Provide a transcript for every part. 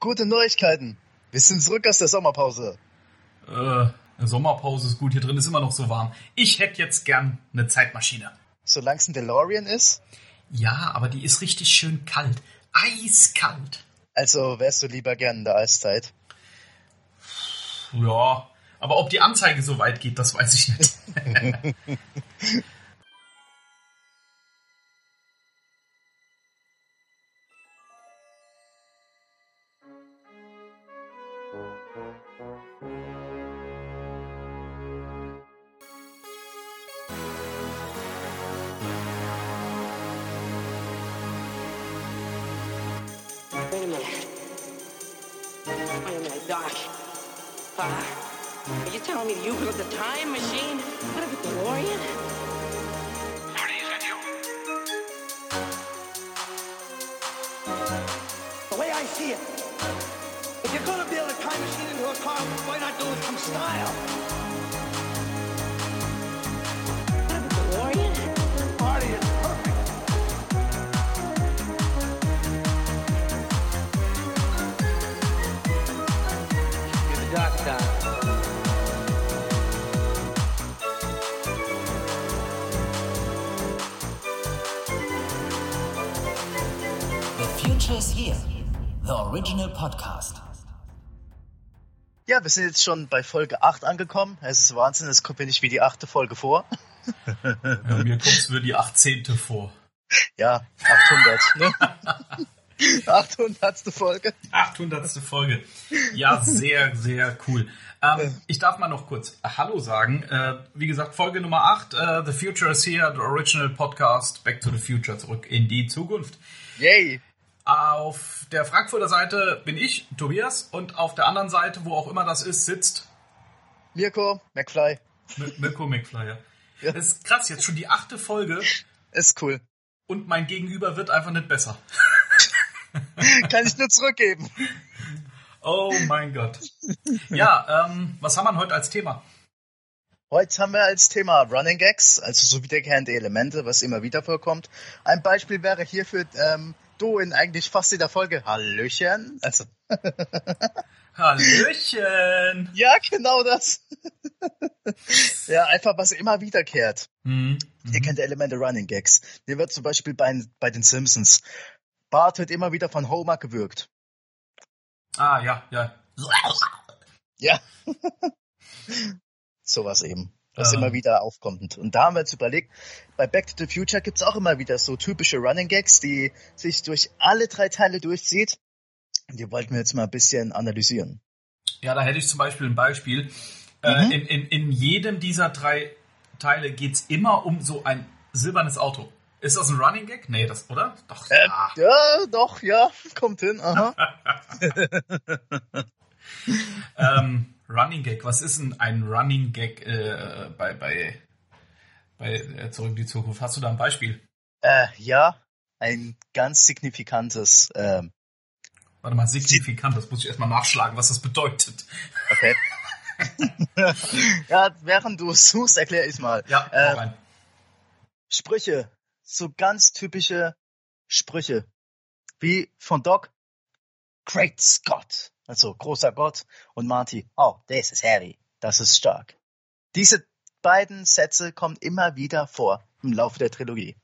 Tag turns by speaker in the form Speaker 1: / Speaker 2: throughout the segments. Speaker 1: Gute Neuigkeiten. Wir sind zurück aus der Sommerpause.
Speaker 2: Äh, eine Sommerpause ist gut, hier drin ist immer noch so warm. Ich hätte jetzt gern eine Zeitmaschine.
Speaker 1: Solange es ein DeLorean ist?
Speaker 2: Ja, aber die ist richtig schön kalt. Eiskalt.
Speaker 1: Also wärst du lieber gern in der Eiszeit.
Speaker 2: Ja, aber ob die Anzeige so weit geht, das weiß ich nicht.
Speaker 3: Wait a minute. Wait a minute, Doc. Ah, are you telling me that you built the time machine? What of a DeLorean?
Speaker 4: The way I see it, if you're gonna build a time machine into a car, why not do it some style?
Speaker 3: What of a DeLorean?
Speaker 4: Party is perfect. You're the doctor.
Speaker 5: The Future's Here, the original podcast.
Speaker 1: Ja, wir sind jetzt schon bei Folge 8 angekommen. Es ist Wahnsinn, es kommt mir nicht wie die achte Folge vor.
Speaker 2: ja, mir kommt es für die 18. vor.
Speaker 1: Ja, 800. ne? 800. Folge.
Speaker 2: 800. Folge. Ja, sehr, sehr cool. Ähm, ich darf mal noch kurz Hallo sagen. Äh, wie gesagt, Folge Nummer 8, äh, The Future is Here, The Original Podcast, Back to the Future, zurück in die Zukunft.
Speaker 1: Yay.
Speaker 2: Auf der Frankfurter Seite bin ich, Tobias, und auf der anderen Seite, wo auch immer das ist, sitzt
Speaker 1: Mirko, McFly.
Speaker 2: Mi- Mirko McFlyer.
Speaker 1: Ja.
Speaker 2: Das ist krass, jetzt schon die achte Folge
Speaker 1: Ist cool.
Speaker 2: und mein Gegenüber wird einfach nicht besser.
Speaker 1: Kann ich nur zurückgeben.
Speaker 2: Oh mein Gott. Ja, ähm, was haben wir denn heute als Thema?
Speaker 1: Heute haben wir als Thema Running Gags, also so wiederkehrende Elemente, was immer wieder vorkommt. Ein Beispiel wäre hierfür ähm, du in eigentlich fast jeder Folge Hallöchen. Also,
Speaker 2: Hallöchen!
Speaker 1: ja, genau das. ja, einfach was immer wiederkehrt.
Speaker 2: Mhm.
Speaker 1: Ihr kennt Elemente Running Gags. Der wird zum Beispiel bei, bei den Simpsons. Bart wird immer wieder von Homer gewürgt.
Speaker 2: Ah, ja, ja.
Speaker 1: Ja. Sowas eben. Was
Speaker 2: Ähm.
Speaker 1: immer wieder aufkommt. Und da haben wir jetzt überlegt, bei Back to the Future gibt's auch immer wieder so typische Running Gags, die sich durch alle drei Teile durchzieht. Und die wollten wir jetzt mal ein bisschen analysieren.
Speaker 2: Ja, da hätte ich zum Beispiel ein Beispiel. Äh, in, in, in jedem dieser drei Teile geht's immer um so ein silbernes Auto. Ist das ein Running Gag? Nee, das, oder? Doch.
Speaker 1: Äh,
Speaker 2: ja.
Speaker 1: Ja, doch, ja, kommt hin. Aha.
Speaker 2: Ähm, Running Gag. Was ist denn ein Running Gag äh, bei, bei, bei äh, Zurück in die Zukunft? Hast du da ein Beispiel?
Speaker 1: äh, ja, ein ganz signifikantes. Ähm,
Speaker 2: Warte mal, signifikant. Das muss ich erstmal nachschlagen, was das bedeutet.
Speaker 1: okay. ja, während du es suchst, erkläre ich mal.
Speaker 2: Ja,
Speaker 1: Äh,
Speaker 2: hau rein.
Speaker 1: Sprüche, so ganz typische Sprüche. Wie von Doc, Great Scott, also großer Gott, und Marty, oh, das ist Harry, das ist stark. Diese beiden Sätze kommen immer wieder vor im Laufe der Trilogie.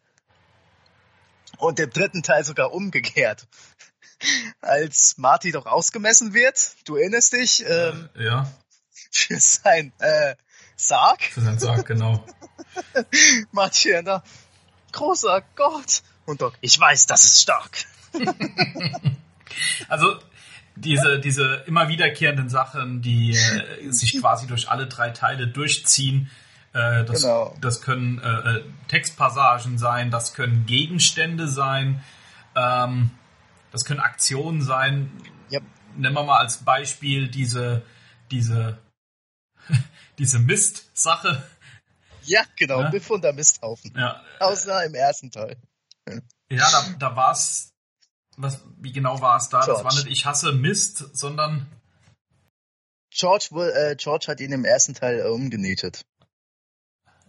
Speaker 1: Und im dritten Teil sogar umgekehrt. Als Marty doch ausgemessen wird, du erinnerst dich, ähm,
Speaker 2: ja,
Speaker 1: für sein äh, Sarg,
Speaker 2: für seinen Sarg, genau.
Speaker 1: Martin, da. Großer Gott. Und Doc, ich weiß, das ist stark.
Speaker 2: Also diese, diese immer wiederkehrenden Sachen, die äh, sich quasi durch alle drei Teile durchziehen, äh, das,
Speaker 1: Genau.
Speaker 2: das können äh, äh, Textpassagen sein, das können Gegenstände sein, ähm, das können Aktionen sein.
Speaker 1: Ja.
Speaker 2: Nehmen wir mal als Beispiel diese, diese, diese Mist-Sache.
Speaker 1: Ja, genau,
Speaker 2: Ja.
Speaker 1: Biff und der Misthaufen.
Speaker 2: Ja,
Speaker 1: Außer im ersten Teil.
Speaker 2: ja da, da war es, was, wie genau war es da? Das war
Speaker 1: George.
Speaker 2: nicht, ich hasse Mist, sondern
Speaker 1: George, wo- äh, George hat ihn im ersten Teil äh, umgenietet.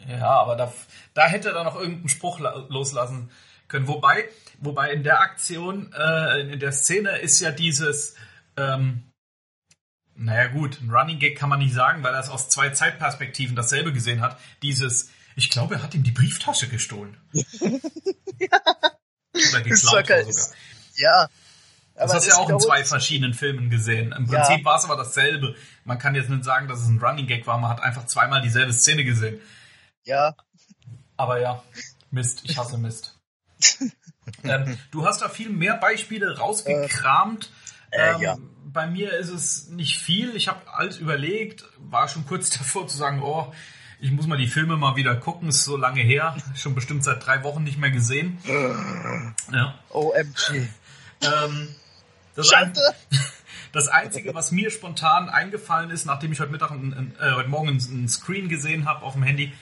Speaker 2: Ja, aber da, da hätte er dann noch irgendeinen Spruch la- loslassen können. Wobei, wobei in der Aktion, äh, in der Szene ist ja dieses Ähm, naja gut, ein Running Gag kann man nicht sagen, weil er es aus zwei Zeitperspektiven dasselbe gesehen hat. Dieses, ich glaube, er hat ihm die Brieftasche gestohlen. Oder
Speaker 1: Ist zwar
Speaker 2: geklaut war
Speaker 1: kein-
Speaker 2: sogar.
Speaker 1: Ja.
Speaker 2: Das hast du ja auch in zwei verschiedenen Filmen gesehen. Im
Speaker 1: Ja.
Speaker 2: Prinzip war es aber dasselbe. Man kann jetzt nicht sagen, dass es ein Running Gag war. Man hat einfach zweimal dieselbe Szene gesehen.
Speaker 1: Ja,
Speaker 2: Aber ja, Mist. Ich hasse Mist. ähm, du hast da viel mehr Beispiele rausgekramt. Ähm,
Speaker 1: Äh, ja.
Speaker 2: Bei mir ist es nicht viel. Ich habe alles überlegt. War schon kurz davor zu sagen, oh, ich muss mal die Filme mal wieder gucken. Ist so lange her. Schon bestimmt seit drei Wochen nicht mehr gesehen. ja.
Speaker 1: OMG.
Speaker 2: Ähm, das, ein,
Speaker 1: Schande.
Speaker 2: das Einzige, was mir spontan eingefallen ist, nachdem ich heute Mittag, ein, ein, äh, heute Morgen einen Screen gesehen habe auf dem Handy,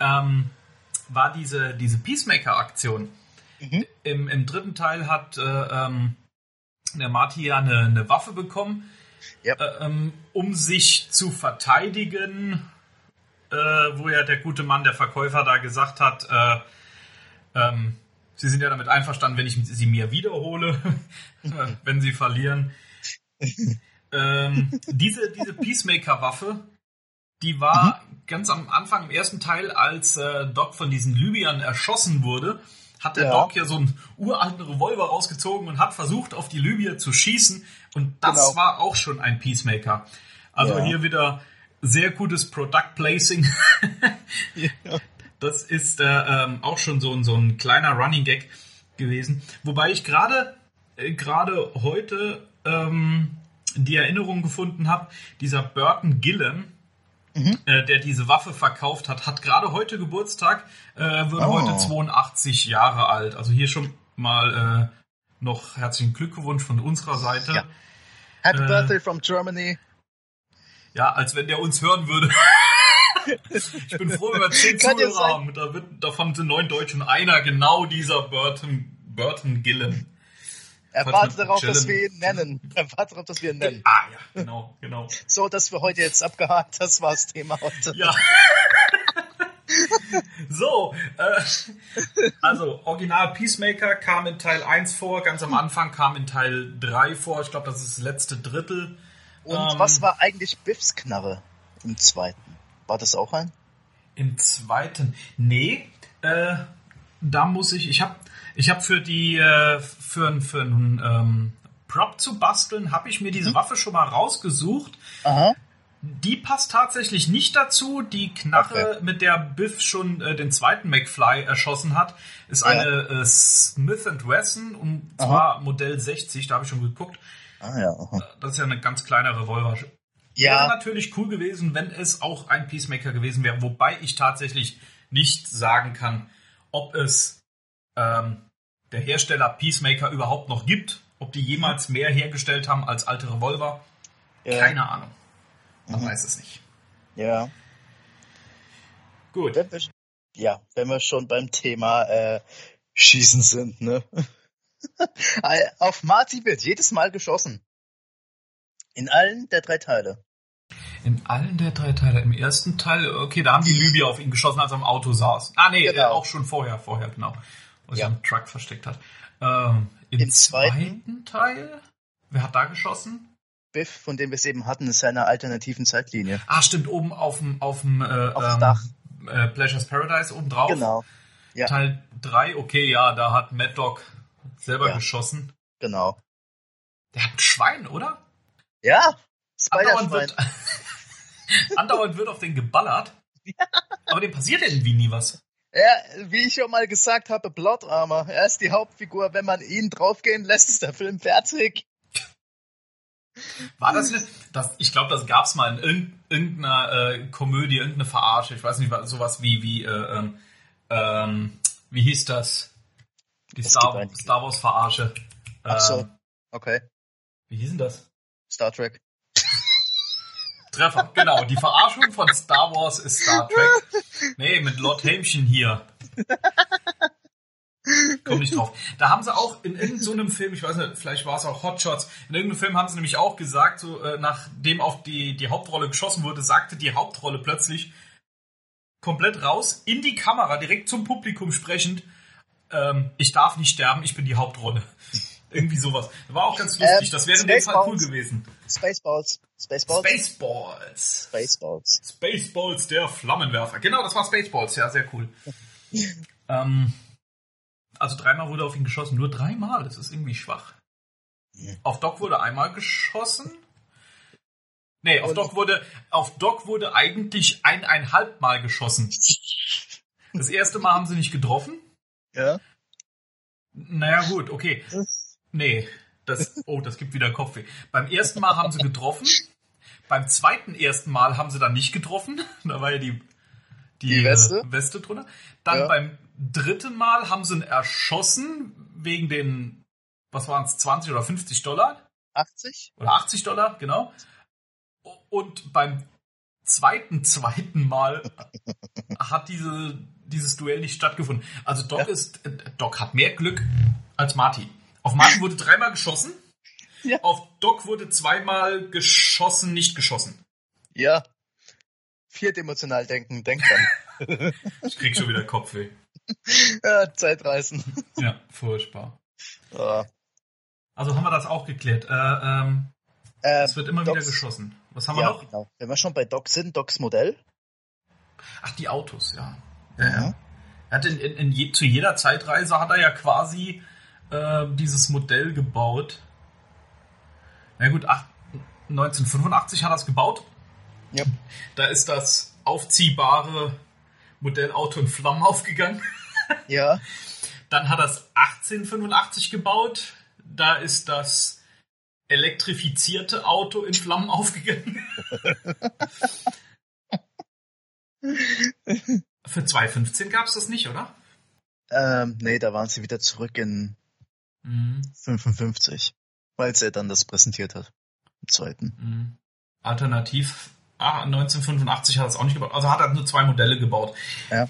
Speaker 2: ähm, war diese, diese Peacemaker-Aktion. Im, Im dritten Teil hat äh, ähm, der Marty ja eine, eine Waffe bekommen,
Speaker 1: Ja.
Speaker 2: äh, ähm, um sich zu verteidigen, äh, wo ja der gute Mann, der Verkäufer, da gesagt hat, äh, ähm, Sie sind ja damit einverstanden, wenn ich sie mir wiederhole, wenn sie verlieren. ähm, diese diese Peacemaker-Waffe, die war ganz am Anfang im ersten Teil, als äh, Doc von diesen Libyern erschossen wurde, hat der
Speaker 1: Ja.
Speaker 2: Doc ja so einen uralten Revolver rausgezogen und hat versucht, auf die Libyer zu schießen. Und das
Speaker 1: Genau.
Speaker 2: war auch schon ein Peacemaker. Also
Speaker 1: Ja.
Speaker 2: hier wieder sehr gutes Product Placing. Das ist äh, ähm, auch schon so, ein- so ein kleiner Running Gag gewesen. Wobei ich gerade äh, gerade heute ähm, die Erinnerung gefunden habe, dieser Burton Gillen,
Speaker 1: Mhm.
Speaker 2: äh, der diese Waffe verkauft hat, hat gerade heute Geburtstag, äh, wird
Speaker 1: Oh.
Speaker 2: heute 82 Jahre alt. Also hier schon mal äh, noch herzlichen Glückwunsch von unserer Seite.
Speaker 1: Ja. Happy
Speaker 2: Äh.
Speaker 1: Birthday from Germany.
Speaker 2: Ja, als wenn der uns hören würde. ich bin froh, wenn wir zehn
Speaker 1: Kann ja
Speaker 2: Zuhörer
Speaker 1: sein.
Speaker 2: haben. Da wird, davon sind neun Deutsche und einer genau dieser Burton, Burton Gillen.
Speaker 1: Er
Speaker 2: Warte
Speaker 1: wartet
Speaker 2: mal,
Speaker 1: darauf, dass
Speaker 2: chillen.
Speaker 1: wir ihn nennen. Er wartet darauf, dass wir ihn nennen.
Speaker 2: Ah ja, genau, genau.
Speaker 1: So, dass wir heute jetzt abgehakt. Das war das Thema heute.
Speaker 2: Ja. so, äh, also Original Peacemaker kam in Teil 1 vor, ganz am Anfang kam in Teil 3 vor. Ich glaube, das ist das letzte Drittel.
Speaker 1: Und
Speaker 2: Ähm.
Speaker 1: was war eigentlich Biffs Knarre im zweiten? War das auch ein?
Speaker 2: Im zweiten. Nee, äh, da muss ich. Ich habe ich hab für die äh, für einen für einen, ähm, Prop zu basteln, habe ich mir diese Waffe schon mal rausgesucht.
Speaker 1: Aha.
Speaker 2: Die passt tatsächlich nicht dazu. Die Knarre, mit der Biff schon äh, den zweiten McFly erschossen hat, ist eine äh, Smith Wesson und
Speaker 1: Aha.
Speaker 2: zwar Modell 60. Da habe ich schon geguckt.
Speaker 1: Ah ja. aha.
Speaker 2: Das ist ja eine ganz kleine Revolver. Wäre
Speaker 1: Ja,
Speaker 2: natürlich cool gewesen, wenn es auch ein Peacemaker gewesen wäre, wobei ich tatsächlich nicht sagen kann, ob es ähm, der Hersteller Peacemaker überhaupt noch gibt, ob die jemals mehr hergestellt haben als alte Revolver.
Speaker 1: Ja. äh, Mhm.
Speaker 2: Keine Ahnung. Man weiß es nicht.
Speaker 1: ja.
Speaker 2: Gut.
Speaker 1: Wenn wir, ja, wenn wir schon beim Thema äh, Schießen sind, ne? Äh, Auf Marty wird jedes Mal geschossen. In allen der drei Teile.
Speaker 2: In allen der drei Teile, im ersten Teil, okay, da haben die Libyer auf ihn geschossen, als er im Auto saß. Ah, nee,
Speaker 1: Genau.
Speaker 2: äh, auch schon vorher, vorher, genau. Wo
Speaker 1: Ja.
Speaker 2: sich im Truck versteckt hat. Ähm, im,
Speaker 1: Im
Speaker 2: zweiten?
Speaker 1: zweiten?
Speaker 2: Teil? Wer hat da geschossen?
Speaker 1: Biff, von dem wir es eben hatten, ist seiner alternativen Zeitlinie.
Speaker 2: Ah, stimmt, oben auf dem auf dem äh,
Speaker 1: Aufs
Speaker 2: ähm,
Speaker 1: Dach.
Speaker 2: Äh, Pleasures Paradise oben drauf.
Speaker 1: Genau, ja.
Speaker 2: Teil 3, okay, ja, da hat Mad Dog selber
Speaker 1: Ja.
Speaker 2: geschossen.
Speaker 1: genau.
Speaker 2: Der hat ein Schwein, oder?
Speaker 1: Ja, Spider-Man.
Speaker 2: Andauernd wird, andauernd wird auf den geballert. Aber dem passiert irgendwie nie was.
Speaker 1: Ja, wie ich schon mal gesagt habe, Blood Armor. Er ist die Hauptfigur. Wenn man ihn draufgehen lässt, ist der Film fertig.
Speaker 2: War das nicht? Das, ich glaube, das gab es mal in irgend- irgendeiner äh, Komödie, irgendeine Verarsche. Ich weiß nicht, was- sowas wie, wie, äh, ähm, ähm, wie hieß das? Die
Speaker 1: Es
Speaker 2: Star,
Speaker 1: gibt einige.
Speaker 2: Star Wars Verarsche.
Speaker 1: Ach so.
Speaker 2: Ähm,
Speaker 1: Okay,
Speaker 2: wie hieß denn das?
Speaker 1: Star Trek.
Speaker 2: Treffer, genau. Die Verarschung von Star Wars ist Star Trek. Nee, mit Lord Helmchen hier. Komm nicht drauf. Da haben sie auch in irgendeinem so einem Film, ich weiß nicht, vielleicht war es auch Hot Shots, in irgendeinem Film haben sie nämlich auch gesagt, so, äh, nachdem auf die, die Hauptrolle geschossen wurde, sagte die Hauptrolle plötzlich komplett raus, in die Kamera, direkt zum Publikum sprechend, ähm, ich darf nicht sterben, ich bin die Hauptrolle. Irgendwie sowas. War auch ganz lustig.
Speaker 1: Ähm,
Speaker 2: das wäre in dem Fall cool
Speaker 1: Spaceballs.
Speaker 2: gewesen.
Speaker 1: Spaceballs. Spaceballs.
Speaker 2: Spaceballs.
Speaker 1: Spaceballs.
Speaker 2: Spaceballs, der Flammenwerfer. Genau, das war Spaceballs. Ja, sehr cool. ähm, also dreimal wurde auf ihn geschossen. Nur dreimal. Das ist irgendwie schwach. Auf Doc wurde einmal geschossen. Nee, auf
Speaker 1: Und-
Speaker 2: Doc wurde, auf Doc wurde eigentlich eineinhalb Mal geschossen. Das erste Mal haben sie nicht getroffen.
Speaker 1: Ja.
Speaker 2: Naja, gut, okay. Nee, das, oh, das gibt wieder Kopfweh. Beim ersten Mal haben sie getroffen. Beim zweiten ersten Mal haben sie dann nicht getroffen. Da war ja die, die,
Speaker 1: Die Weste.
Speaker 2: äh, Weste drunter. Dann
Speaker 1: Ja.
Speaker 2: beim dritten Mal haben sie ihn erschossen wegen den, was waren es, 20 oder 50 Dollar?
Speaker 1: 80?
Speaker 2: Oder 80 Dollar, genau. Und beim zweiten, zweiten Mal hat diese, dieses Duell nicht stattgefunden. Also Doc ist, äh, Doc hat mehr Glück als Marty. Auf Marty wurde dreimal geschossen.
Speaker 1: Ja.
Speaker 2: Auf Doc wurde zweimal geschossen, nicht geschossen.
Speaker 1: Ja. Viert emotional denken, denk dran.
Speaker 2: Ich krieg schon wieder Kopfweh.
Speaker 1: ja, Zeitreisen.
Speaker 2: Ja, furchtbar.
Speaker 1: Ja.
Speaker 2: Also haben wir das auch geklärt. Äh, ähm,
Speaker 1: Ähm,
Speaker 2: es wird immer
Speaker 1: Docs-
Speaker 2: wieder geschossen. Was haben wir
Speaker 1: Ja,
Speaker 2: noch?
Speaker 1: genau. Wenn wir schon bei Doc sind, Docs Modell.
Speaker 2: Ach, die Autos, ja. ja, ja. Er hat in, in, in je, zu jeder Zeitreise hat er ja quasi äh, dieses Modell gebaut. Na gut, ach, 1985 hat er es gebaut.
Speaker 1: Ja.
Speaker 2: Da ist das aufziehbare Modellauto in Flammen aufgegangen.
Speaker 1: Ja.
Speaker 2: Dann hat er es 1885 gebaut. Da ist das elektrifizierte Auto in Flammen aufgegangen. Für 215 gab es das nicht, oder?
Speaker 1: Ähm, nee, da waren sie wieder zurück in
Speaker 2: Mhm,
Speaker 1: 55, weil sie dann das präsentiert hat. Im zweiten.
Speaker 2: Mhm. Alternativ, ah, 1985 hat er es auch nicht gebaut. Also hat er nur zwei Modelle gebaut.
Speaker 1: Ja.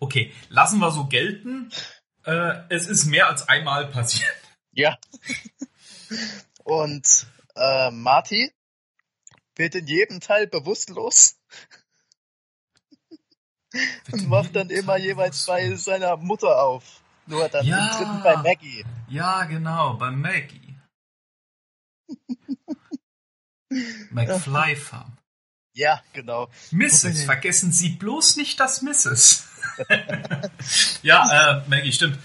Speaker 2: Okay, lassen wir so gelten. Äh, es ist mehr als einmal passiert.
Speaker 1: Ja. Und äh, Marty wird in jedem Teil bewusstlos und wacht dann immer jeweils bei seiner Mutter auf. Nur dann
Speaker 2: Ja.
Speaker 1: im dritten bei Maggie.
Speaker 2: Ja, genau, bei Maggie. McFly Farm.
Speaker 1: Ja, genau.
Speaker 2: Mrs. Vergessen Sie bloß nicht das Mrs. ja, äh, Maggie, stimmt.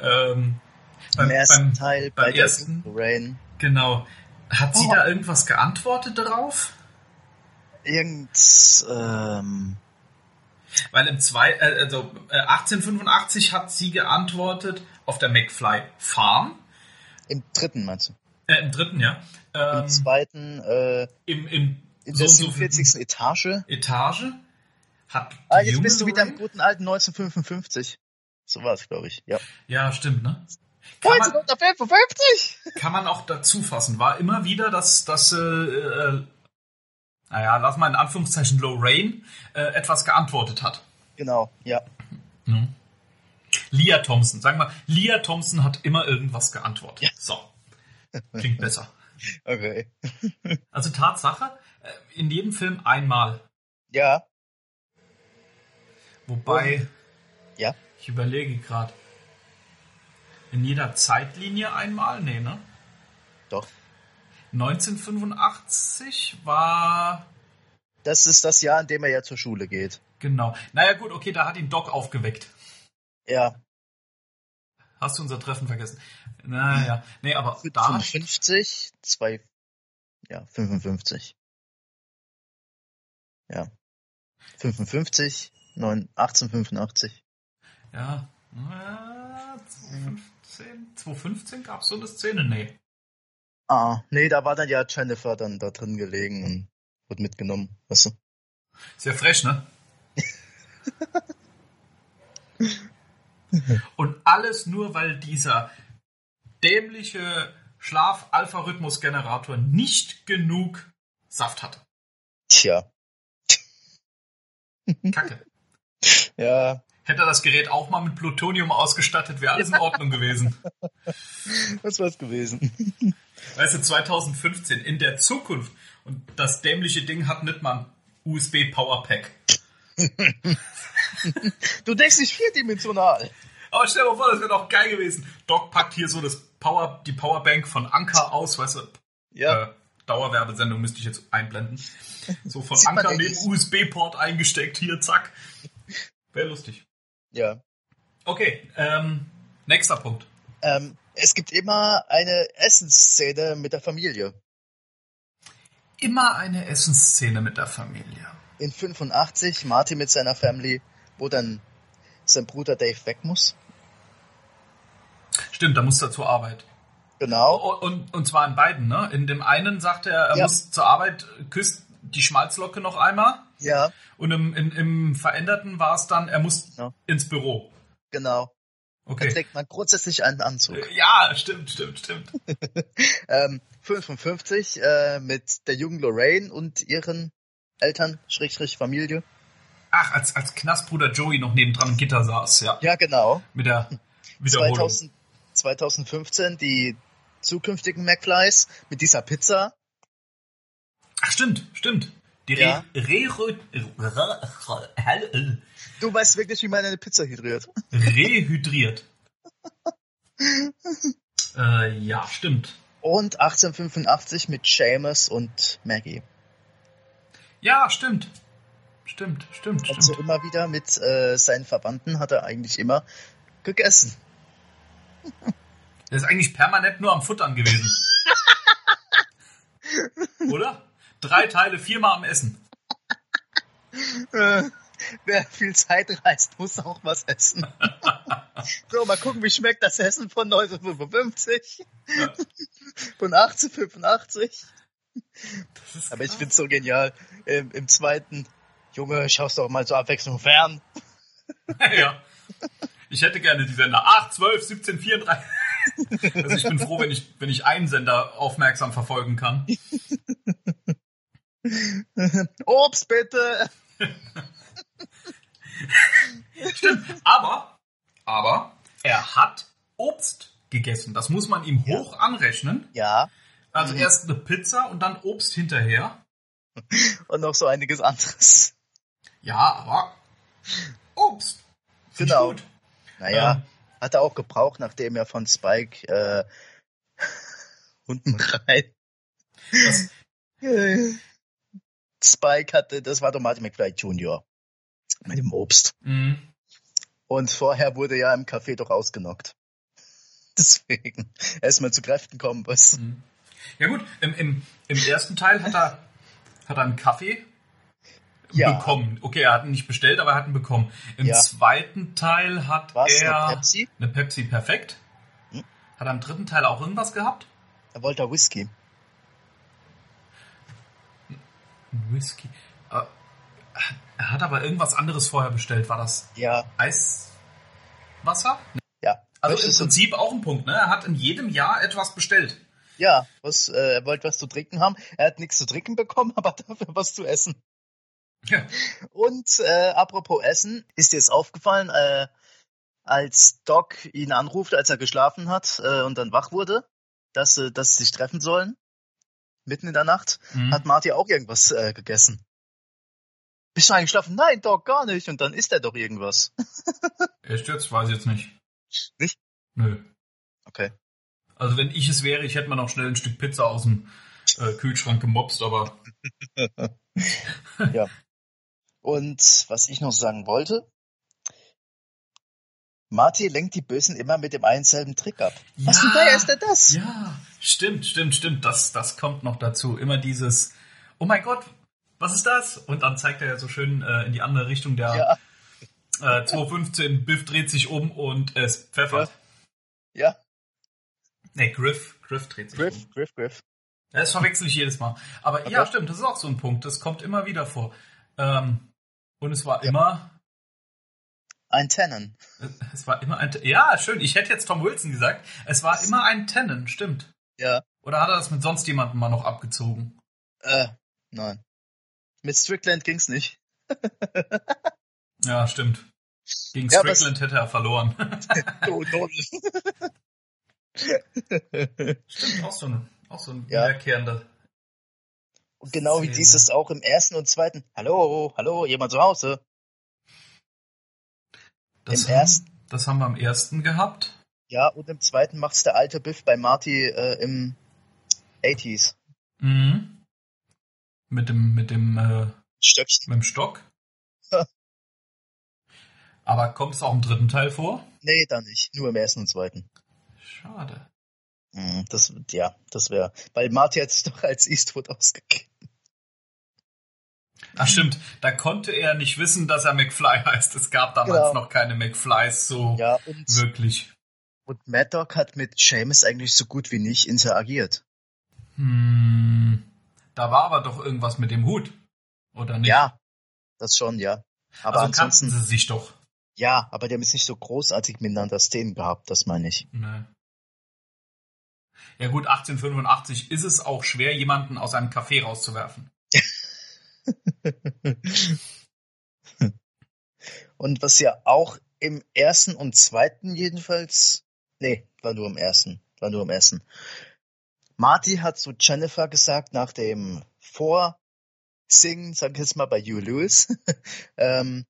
Speaker 2: Ähm,
Speaker 1: Im
Speaker 2: beim,
Speaker 1: ersten
Speaker 2: beim,
Speaker 1: Teil
Speaker 2: beim
Speaker 1: bei der
Speaker 2: ersten,
Speaker 1: Rain.
Speaker 2: genau. Hat sie
Speaker 1: Oh.
Speaker 2: da irgendwas geantwortet darauf?
Speaker 1: Irgend ähm,
Speaker 2: Weil im zwei, äh, also äh, 1885 hat sie geantwortet auf der McFly Farm.
Speaker 1: im dritten meinst du?
Speaker 2: Äh, Im dritten, ja.
Speaker 1: Im
Speaker 2: Ähm,
Speaker 1: zweiten äh,
Speaker 2: Im, im
Speaker 1: in
Speaker 2: so
Speaker 1: der
Speaker 2: und so
Speaker 1: 47. Etage.
Speaker 2: Etage. Hat die
Speaker 1: Ah, jetzt
Speaker 2: junge
Speaker 1: bist du wieder im
Speaker 2: Lorraine-
Speaker 1: guten alten 1955. So war es, glaube ich. Ja.
Speaker 2: Ja, stimmt, ne?
Speaker 1: Oh,
Speaker 2: Kann man,
Speaker 1: 1955!
Speaker 2: kann man auch dazu fassen. War immer wieder, dass, dass äh, äh, naja, lass mal in Anführungszeichen Lorraine äh, etwas geantwortet hat.
Speaker 1: Genau, ja.
Speaker 2: Lia Thompson, sagen wir, Lia Thompson hat immer irgendwas geantwortet. So. Klingt besser.
Speaker 1: Okay.
Speaker 2: Also Tatsache, äh, in jedem Film einmal.
Speaker 1: Ja,
Speaker 2: Wobei,
Speaker 1: ja.
Speaker 2: ich überlege gerade, in jeder Zeitlinie einmal? Nee, ne?
Speaker 1: Doch.
Speaker 2: 1985 war
Speaker 1: Das ist das Jahr, in dem er ja zur Schule geht.
Speaker 2: Genau. Naja, gut, okay, da hat ihn Doc aufgeweckt.
Speaker 1: Ja.
Speaker 2: Hast du unser Treffen vergessen? Naja, nee, aber da.
Speaker 1: 55, 2. Ja, 55. Ja. 55, 9, 1885.
Speaker 2: Ja. Äh, 2015, 2015 gab es so eine Szene? Nee.
Speaker 1: Ah, nee, da war dann ja Jennifer dann da drin gelegen und wurde mitgenommen. Weißt du?
Speaker 2: Sehr frech, ne? Und alles nur, weil dieser dämliche Schlaf-Alpha-Rhythmus-Generator nicht genug Saft hatte.
Speaker 1: Tja.
Speaker 2: Kacke.
Speaker 1: Ja,
Speaker 2: Hätte er das Gerät auch mal mit Plutonium ausgestattet, wäre alles in Ordnung gewesen.
Speaker 1: das war's gewesen.
Speaker 2: Weißt du, 2015, in der Zukunft. Und das dämliche Ding hat nicht mal ein USB-Powerpack.
Speaker 1: Du denkst nicht vierdimensional.
Speaker 2: Aber stell dir mal vor, das wäre doch geil gewesen. Doc packt hier so das Power, die Powerbank von Anker aus, weißt du,
Speaker 1: Ja.
Speaker 2: äh, Dauerwerbesendung müsste ich jetzt einblenden. So von
Speaker 1: Sieht man
Speaker 2: Anker
Speaker 1: denn
Speaker 2: neben
Speaker 1: nicht?
Speaker 2: USB-Port eingesteckt, hier, zack. Wäre lustig.
Speaker 1: Ja.
Speaker 2: Okay, ähm, nächster Punkt.
Speaker 1: Ähm, es gibt immer eine Essensszene mit der Familie.
Speaker 2: Immer eine Essensszene mit der Familie.
Speaker 1: In 85, Marty mit seiner Family, wo dann sein Bruder Dave weg muss.
Speaker 2: Stimmt, da muss er zur Arbeit.
Speaker 1: Genau.
Speaker 2: Und, Oh, und, und zwar in beiden, ne? In dem einen sagt er, er
Speaker 1: Ja.
Speaker 2: muss zur Arbeit, küsst die Schmalzlocke noch einmal.
Speaker 1: Ja,
Speaker 2: Und im, in, im veränderten war es dann, er muss
Speaker 1: Ja.
Speaker 2: ins Büro.
Speaker 1: genau. Da
Speaker 2: Okay. Äh,
Speaker 1: trägt man grundsätzlich einen Anzug.
Speaker 2: Ja, stimmt, stimmt, stimmt.
Speaker 1: Ähm, 55 äh, mit der jungen Lorraine und ihren Eltern, Schrägstrich Familie.
Speaker 2: Ach, als, als Knastbruder Joey noch nebendran im Gitter saß, ja.
Speaker 1: Ja, genau.
Speaker 2: Mit der Wiederholung.
Speaker 1: 2000, 2015 die zukünftigen McFlys mit dieser Pizza.
Speaker 2: Ach, stimmt, stimmt. Die
Speaker 1: Ja.
Speaker 2: Re, Re, Re, Re,
Speaker 1: Du weißt wirklich, wie man eine Pizza hydriert.
Speaker 2: rehydriert. äh, ja, stimmt.
Speaker 1: Und 1885 mit Seamus und Maggie.
Speaker 2: Ja, stimmt. Stimmt, stimmt,
Speaker 1: Also
Speaker 2: stimmt.
Speaker 1: immer wieder mit äh, seinen Verwandten hat er eigentlich immer gegessen.
Speaker 2: Der ist eigentlich permanent nur am Futtern gewesen. Oder? Drei Teile, viermal am Essen.
Speaker 1: Äh, wer viel Zeit reist, muss auch was essen. so, mal gucken, wie schmeckt das Essen von 1955,
Speaker 2: Ja.
Speaker 1: von 1885.
Speaker 2: Das ist
Speaker 1: Aber ich
Speaker 2: krass.
Speaker 1: find's so genial. Im, Im zweiten, Junge, schaust doch mal zur Abwechslung fern.
Speaker 2: ja. Ich hätte gerne die Sender 8, 12, 17, 34. Also ich bin froh, wenn ich, wenn ich einen Sender aufmerksam verfolgen kann.
Speaker 1: Obst bitte!
Speaker 2: Stimmt. Aber, aber, er hat Obst gegessen. Das muss man ihm hoch anrechnen.
Speaker 1: Ja,
Speaker 2: Also erst eine Pizza und dann Obst hinterher.
Speaker 1: und noch so einiges anderes.
Speaker 2: Ja, aber Obst. Find ich
Speaker 1: Genau.
Speaker 2: Gut.
Speaker 1: Naja,
Speaker 2: Ähm.
Speaker 1: hat er auch gebraucht, nachdem er von Spike äh, unten rein.
Speaker 2: Das,
Speaker 1: Spike hatte, das war doch Martin McFly Jr. mit dem Obst.
Speaker 2: mh.
Speaker 1: Und vorher wurde ja im Café doch ausgenockt. Deswegen erstmal zu Kräften kommen muss.
Speaker 2: Ja gut, im, im, im ersten Teil hat er, hat er einen Kaffee
Speaker 1: Ja.
Speaker 2: bekommen. Okay, er hat ihn nicht bestellt, aber er hat ihn bekommen. Im
Speaker 1: Ja.
Speaker 2: zweiten Teil hat
Speaker 1: Was,
Speaker 2: er
Speaker 1: eine Pepsi? Hm.
Speaker 2: eine Pepsi perfekt. Hat er im dritten Teil auch irgendwas gehabt?
Speaker 1: Da wollte er Whisky.
Speaker 2: Ein Whisky. Äh, Er hat aber irgendwas anderes vorher bestellt. War das
Speaker 1: Ja,
Speaker 2: Eiswasser?
Speaker 1: ja.
Speaker 2: Also im
Speaker 1: Möchtest du-
Speaker 2: Prinzip auch ein Punkt. Ne? Er hat in jedem Jahr etwas bestellt.
Speaker 1: Ja, was, äh, er wollte was zu trinken haben. Er hat nichts zu trinken bekommen, aber dafür was zu essen.
Speaker 2: Ja.
Speaker 1: Und äh, apropos Essen, ist dir es aufgefallen, äh, als Doc ihn anruft, als er geschlafen hat äh, und dann wach wurde, dass, äh, dass sie sich treffen sollen, mitten in der Nacht,
Speaker 2: Mhm.
Speaker 1: hat Marty auch irgendwas äh, gegessen. Bist du eingeschlafen? Nein, Doc, gar nicht. Und dann isst er doch irgendwas.
Speaker 2: Echt jetzt? Weiß ich jetzt nicht.
Speaker 1: Nicht?
Speaker 2: Nö.
Speaker 1: Okay.
Speaker 2: Also wenn ich es wäre, ich hätte mir noch schnell ein Stück Pizza aus dem äh, Kühlschrank gemobst, aber
Speaker 1: Und was ich noch sagen wollte, Marty lenkt die Bösen immer mit dem einen selben Trick ab. Was
Speaker 2: Ja.
Speaker 1: denn da ist denn das?
Speaker 2: ja, stimmt, stimmt, stimmt, das, das kommt noch dazu. Immer dieses, oh mein Gott, was ist das? Und dann zeigt er ja so schön äh, in die andere Richtung der äh, 215, Biff dreht sich um und es pfeffert.
Speaker 1: Ja,
Speaker 2: Nee, Griff, Griff dreht sich um.
Speaker 1: Griff, Griff, Griff.
Speaker 2: Ja, Das verwechsel ich jedes Mal. Aber ja, stimmt, das ist auch so ein Punkt, das kommt immer wieder vor. Ähm, und es war immer
Speaker 1: Ein Tennen.
Speaker 2: Es war immer ein. Ja, schön. Ich hätte jetzt Tom Wilson gesagt. Es war immer ein Tennant, stimmt.
Speaker 1: Ja,
Speaker 2: Oder hat er das mit sonst jemandem mal noch abgezogen?
Speaker 1: äh, nein. Mit Strickland ging's nicht.
Speaker 2: Ja, stimmt. Gegen
Speaker 1: Ja,
Speaker 2: Strickland hätte er verloren.
Speaker 1: Oh, Gott.
Speaker 2: stimmt, auch so ein, auch so ein
Speaker 1: Ja.
Speaker 2: wiederkehrender.
Speaker 1: Und genau wie
Speaker 2: Szene.
Speaker 1: dieses auch im ersten und zweiten. Hallo, hallo, jemand zu Hause?
Speaker 2: Das
Speaker 1: Im
Speaker 2: haben,
Speaker 1: ersten-
Speaker 2: Das haben wir am ersten gehabt.
Speaker 1: Ja, und im zweiten macht's der alte Biff bei Marty äh, im 80s.
Speaker 2: Mhm. Mit dem, mit dem, äh,
Speaker 1: Stöckchen.
Speaker 2: mit dem Stock. Aber kommt es auch im dritten Teil vor?
Speaker 1: Nee, da nicht. Nur im ersten und zweiten.
Speaker 2: Schade.
Speaker 1: Mhm, Das, ja, das wäre. Weil Marty hat's doch als Eastwood ausgegeben.
Speaker 2: Ach stimmt, da konnte er nicht wissen, dass er McFly heißt. Es gab damals
Speaker 1: Genau.
Speaker 2: noch keine McFlys so
Speaker 1: Ja, und,
Speaker 2: wirklich.
Speaker 1: und Mad Dog hat mit Seamus eigentlich so gut wie nicht interagiert.
Speaker 2: Hm. Da war aber doch irgendwas mit dem Hut, oder nicht?
Speaker 1: Ja, das schon, ja. Aber
Speaker 2: also
Speaker 1: ansonsten,
Speaker 2: kannten sie sich doch.
Speaker 1: ja, aber die haben jetzt nicht so großartig miteinander Szenen gehabt, das meine ich.
Speaker 2: Nee. Ne. Ja gut, 1885 ist es auch schwer, jemanden aus einem Café rauszuwerfen.
Speaker 1: Und was ja auch im ersten und zweiten jedenfalls, nee, war nur im ersten, war nur im ersten. Marty hat zu Jennifer gesagt nach dem Vorsingen, sag ich jetzt mal bei Hugh Lewis, ähm,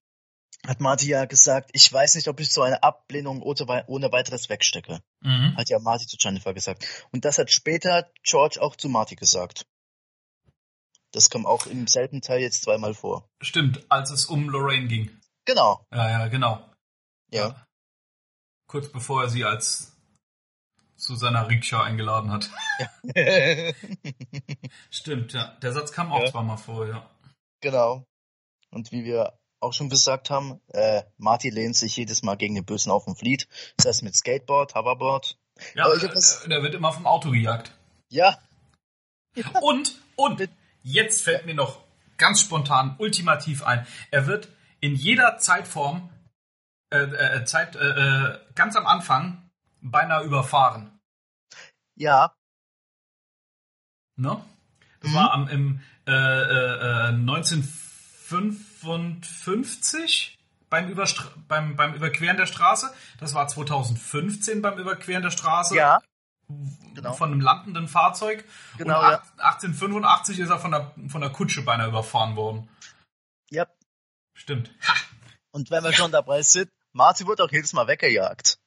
Speaker 1: hat Marty ja gesagt, ich weiß nicht, ob ich so eine Ablehnung ohne wei- ohne weiteres wegstecke.
Speaker 2: Mhm.
Speaker 1: Hat ja Marty zu Jennifer gesagt. Und das hat später George auch zu Marty gesagt. Das kam auch im selben Teil jetzt zweimal vor.
Speaker 2: Stimmt, als es um Lorraine ging.
Speaker 1: Genau,
Speaker 2: Ja, ja, genau.
Speaker 1: ja.
Speaker 2: Kurz bevor er sie als Susanna Rikscha eingeladen hat. Stimmt, ja. Der Satz kam auch
Speaker 1: Ja.
Speaker 2: zweimal vor, ja.
Speaker 1: genau. Und wie wir auch schon gesagt haben, äh, Marty lehnt sich jedes Mal gegen den Bösen auf und flieht. Das heißt mit Skateboard, Hoverboard.
Speaker 2: Ja,
Speaker 1: Aber
Speaker 2: äh,
Speaker 1: ich hab Also das-
Speaker 2: der wird immer vom Auto gejagt.
Speaker 1: Ja,
Speaker 2: Und, und, jetzt fällt mir noch ganz spontan, ultimativ ein. Er wird in jeder Zeitform, äh, äh, Zeit, äh, äh, ganz am Anfang, beinahe überfahren.
Speaker 1: ja,
Speaker 2: Ne? Das
Speaker 1: Mhm.
Speaker 2: war am, im äh, äh, äh, 1955 beim, Überstra beim, beim Überqueren der Straße. Das war 2015 beim Überqueren der Straße
Speaker 1: ja. Genau.
Speaker 2: von einem landenden Fahrzeug.
Speaker 1: Genau,
Speaker 2: Und ach- 1885 ist er von der, von der Kutsche beinahe überfahren worden.
Speaker 1: ja.
Speaker 2: Stimmt. Ha,
Speaker 1: Und wenn wir schon dabei sind, Marty wird auch jedes Mal weggejagt.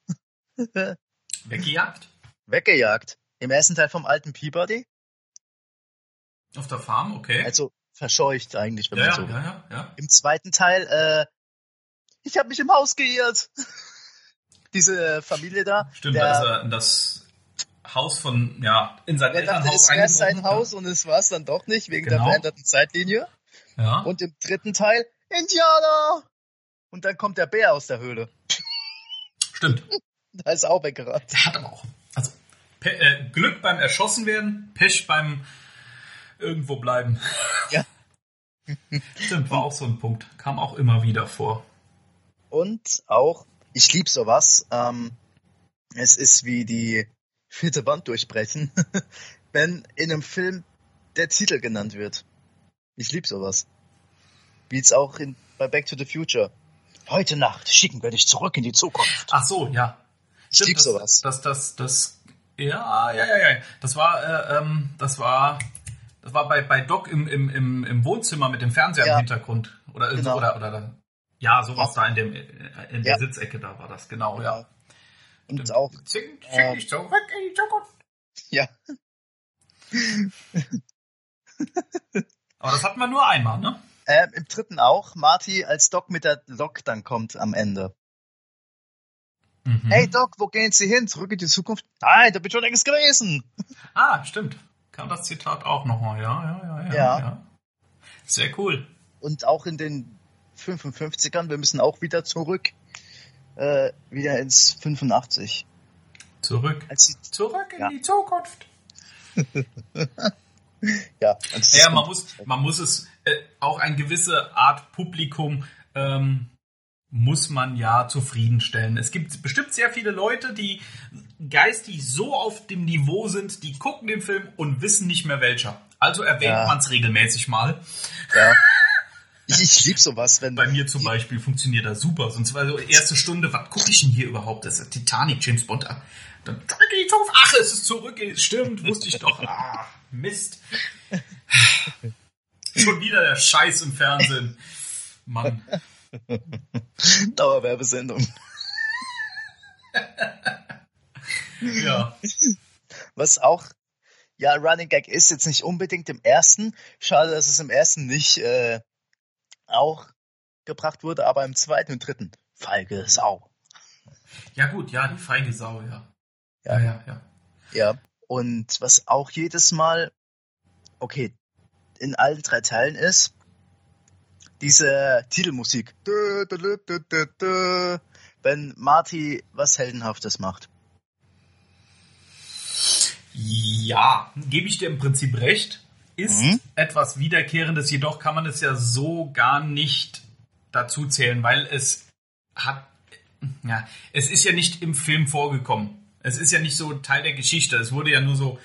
Speaker 2: weggejagt?
Speaker 1: Weggejagt. Im ersten Teil vom alten Peabody.
Speaker 2: Auf der Farm, okay.
Speaker 1: Also verscheucht eigentlich, wenn
Speaker 2: ja,
Speaker 1: man
Speaker 2: ja,
Speaker 1: so will.
Speaker 2: ja, ja, ja.
Speaker 1: Im zweiten Teil, äh, ich habe mich im Haus geirrt. Diese äh, Familie da.
Speaker 2: Stimmt, also,
Speaker 1: der,
Speaker 2: da ist er in das Haus von, ja, in sein
Speaker 1: der dachte,
Speaker 2: Elternhaus
Speaker 1: es wäre sein
Speaker 2: eingebrochen.
Speaker 1: Haus und es war es dann doch nicht, wegen der
Speaker 2: Genau.
Speaker 1: veränderten Zeitlinie.
Speaker 2: Ja.
Speaker 1: Und im dritten Teil, Indianer! Und dann kommt der Bär aus der Höhle.
Speaker 2: Stimmt.
Speaker 1: Da ist er auch weggerannt.
Speaker 2: Der hat aber auch. Also, Pe äh, Glück beim Erschossen werden, Pech beim irgendwo bleiben.
Speaker 1: Ja.
Speaker 2: Stimmt, war auch so ein Punkt. Kam auch immer wieder vor.
Speaker 1: Und auch, ich lieb sowas, ähm, es ist wie die vierte Wand durchbrechen, wenn in einem Film der Titel genannt wird. Ich lieb sowas. Wie jetzt auch in, bei Back to the Future. Heute Nacht schicken wir dich zurück in die Zukunft.
Speaker 2: Ach so, ja.
Speaker 1: Ich lieb
Speaker 2: das,
Speaker 1: sowas.
Speaker 2: Das, das, das, ja, ja, ja, ja. Das war, äh, ähm, das war, das war bei, bei Doc im, im, im, im Wohnzimmer mit dem Fernseher
Speaker 1: Ja.
Speaker 2: im Hintergrund. Oder irgend
Speaker 1: Genau.
Speaker 2: oder, oder, da- ja, sowas da in dem, äh, in der
Speaker 1: Ja.
Speaker 2: Sitzecke da war das, genau, ja.
Speaker 1: Und auch,
Speaker 2: Zing, zing,
Speaker 1: Ähm.
Speaker 2: ich zurück in die Zukunft.
Speaker 1: ja,
Speaker 2: Aber das hatten wir nur einmal, ne?
Speaker 1: ähm, im dritten auch, Marty als Doc mit der Lok dann kommt am Ende.
Speaker 2: Mhm.
Speaker 1: Hey Doc, wo gehen Sie hin? Zurück in die Zukunft? Nein, da bin ich schon längst gewesen.
Speaker 2: Ah, stimmt. Kam das Zitat auch nochmal, ja, ja, ja, ja,
Speaker 1: Ja.
Speaker 2: ja. Sehr cool.
Speaker 1: Und auch in den 55ern, wir müssen auch wieder zurück, äh, wieder ins 85.
Speaker 2: Zurück.
Speaker 1: Als die,
Speaker 2: Zurück in
Speaker 1: Ja.
Speaker 2: die Zukunft.
Speaker 1: ja, als
Speaker 2: Ja, man muss, man muss es, äh, auch eine gewisse Art Publikum ähm, muss man ja zufriedenstellen. Es gibt bestimmt sehr viele Leute, die geistig so auf dem Niveau sind, die gucken den Film und wissen nicht mehr welcher. Also erwähnt
Speaker 1: Ja.
Speaker 2: man es regelmäßig mal.
Speaker 1: ja. Ich, ich lieb sowas, wenn
Speaker 2: Bei mir zum Beispiel funktioniert das super. Sonst war so erste Stunde, was gucke ich denn hier überhaupt? Das ist Titanic, James Bond. Ah, Dann zurück in die Zukunft. Ach, es ist zurück. Stimmt, wusste ich doch. Ah, Mist. Schon wieder der Scheiß im Fernsehen. Mann.
Speaker 1: Dauerwerbesendung.
Speaker 2: Ja.
Speaker 1: Was auch, ja, Running Gag ist jetzt nicht unbedingt im ersten. Schade, dass es im ersten nicht äh, auch gebracht wurde, aber im zweiten und dritten. Feige Sau.
Speaker 2: Ja, gut, ja, die feige Sau, ja.
Speaker 1: Ja.
Speaker 2: Ja, ja, ja.
Speaker 1: Ja. Und was auch jedes Mal, okay, in allen drei Teilen ist, diese Titelmusik. Dö, dö, dö, dö, dö, dö, wenn Marty was Heldenhaftes macht.
Speaker 2: Ja, gebe ich dir im Prinzip recht. Ist
Speaker 1: Mhm.
Speaker 2: etwas Wiederkehrendes, jedoch kann man es ja so gar nicht dazu zählen, weil es hat. Ja, es ist ja nicht im Film vorgekommen. Es ist ja nicht so Teil der Geschichte. Es wurde ja nur so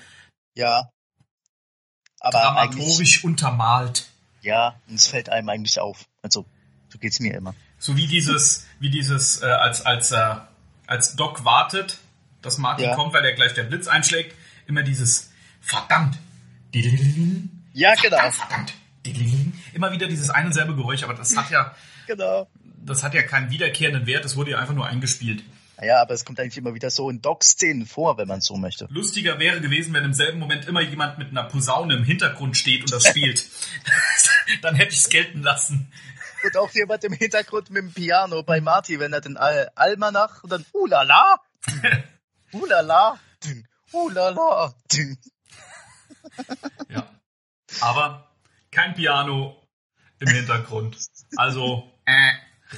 Speaker 1: Ja. Aber eigentlich,
Speaker 2: dramaturgisch untermalt.
Speaker 1: ja, und es fällt einem eigentlich auf. Also, so geht's mir immer.
Speaker 2: So wie dieses, wie dieses, äh, als, als, äh, als Doc wartet, dass Marty
Speaker 1: Ja.
Speaker 2: kommt, weil er gleich der Blitz einschlägt, immer dieses verdammt. Didelilin,
Speaker 1: Ja, genau.
Speaker 2: verdammt, verdammt. Didelilin. Immer wieder dieses ein und selbe Geräusch, aber das hat ja,
Speaker 1: Genau.
Speaker 2: das hat ja keinen wiederkehrenden Wert, es wurde ja einfach nur eingespielt.
Speaker 1: Ja, aber es kommt eigentlich immer wieder so in Doc-Szenen vor, wenn man so möchte.
Speaker 2: Lustiger wäre gewesen, wenn im selben Moment immer jemand mit einer Posaune im Hintergrund steht und das spielt. Dann hätte ich es gelten lassen.
Speaker 1: Und auch jemand im Hintergrund mit dem Piano bei Marty, wenn er den Al Almanach und dann Ulala, Ulala, dün, Ulala, dün.
Speaker 2: Ja. Aber kein Piano im Hintergrund. Also äh,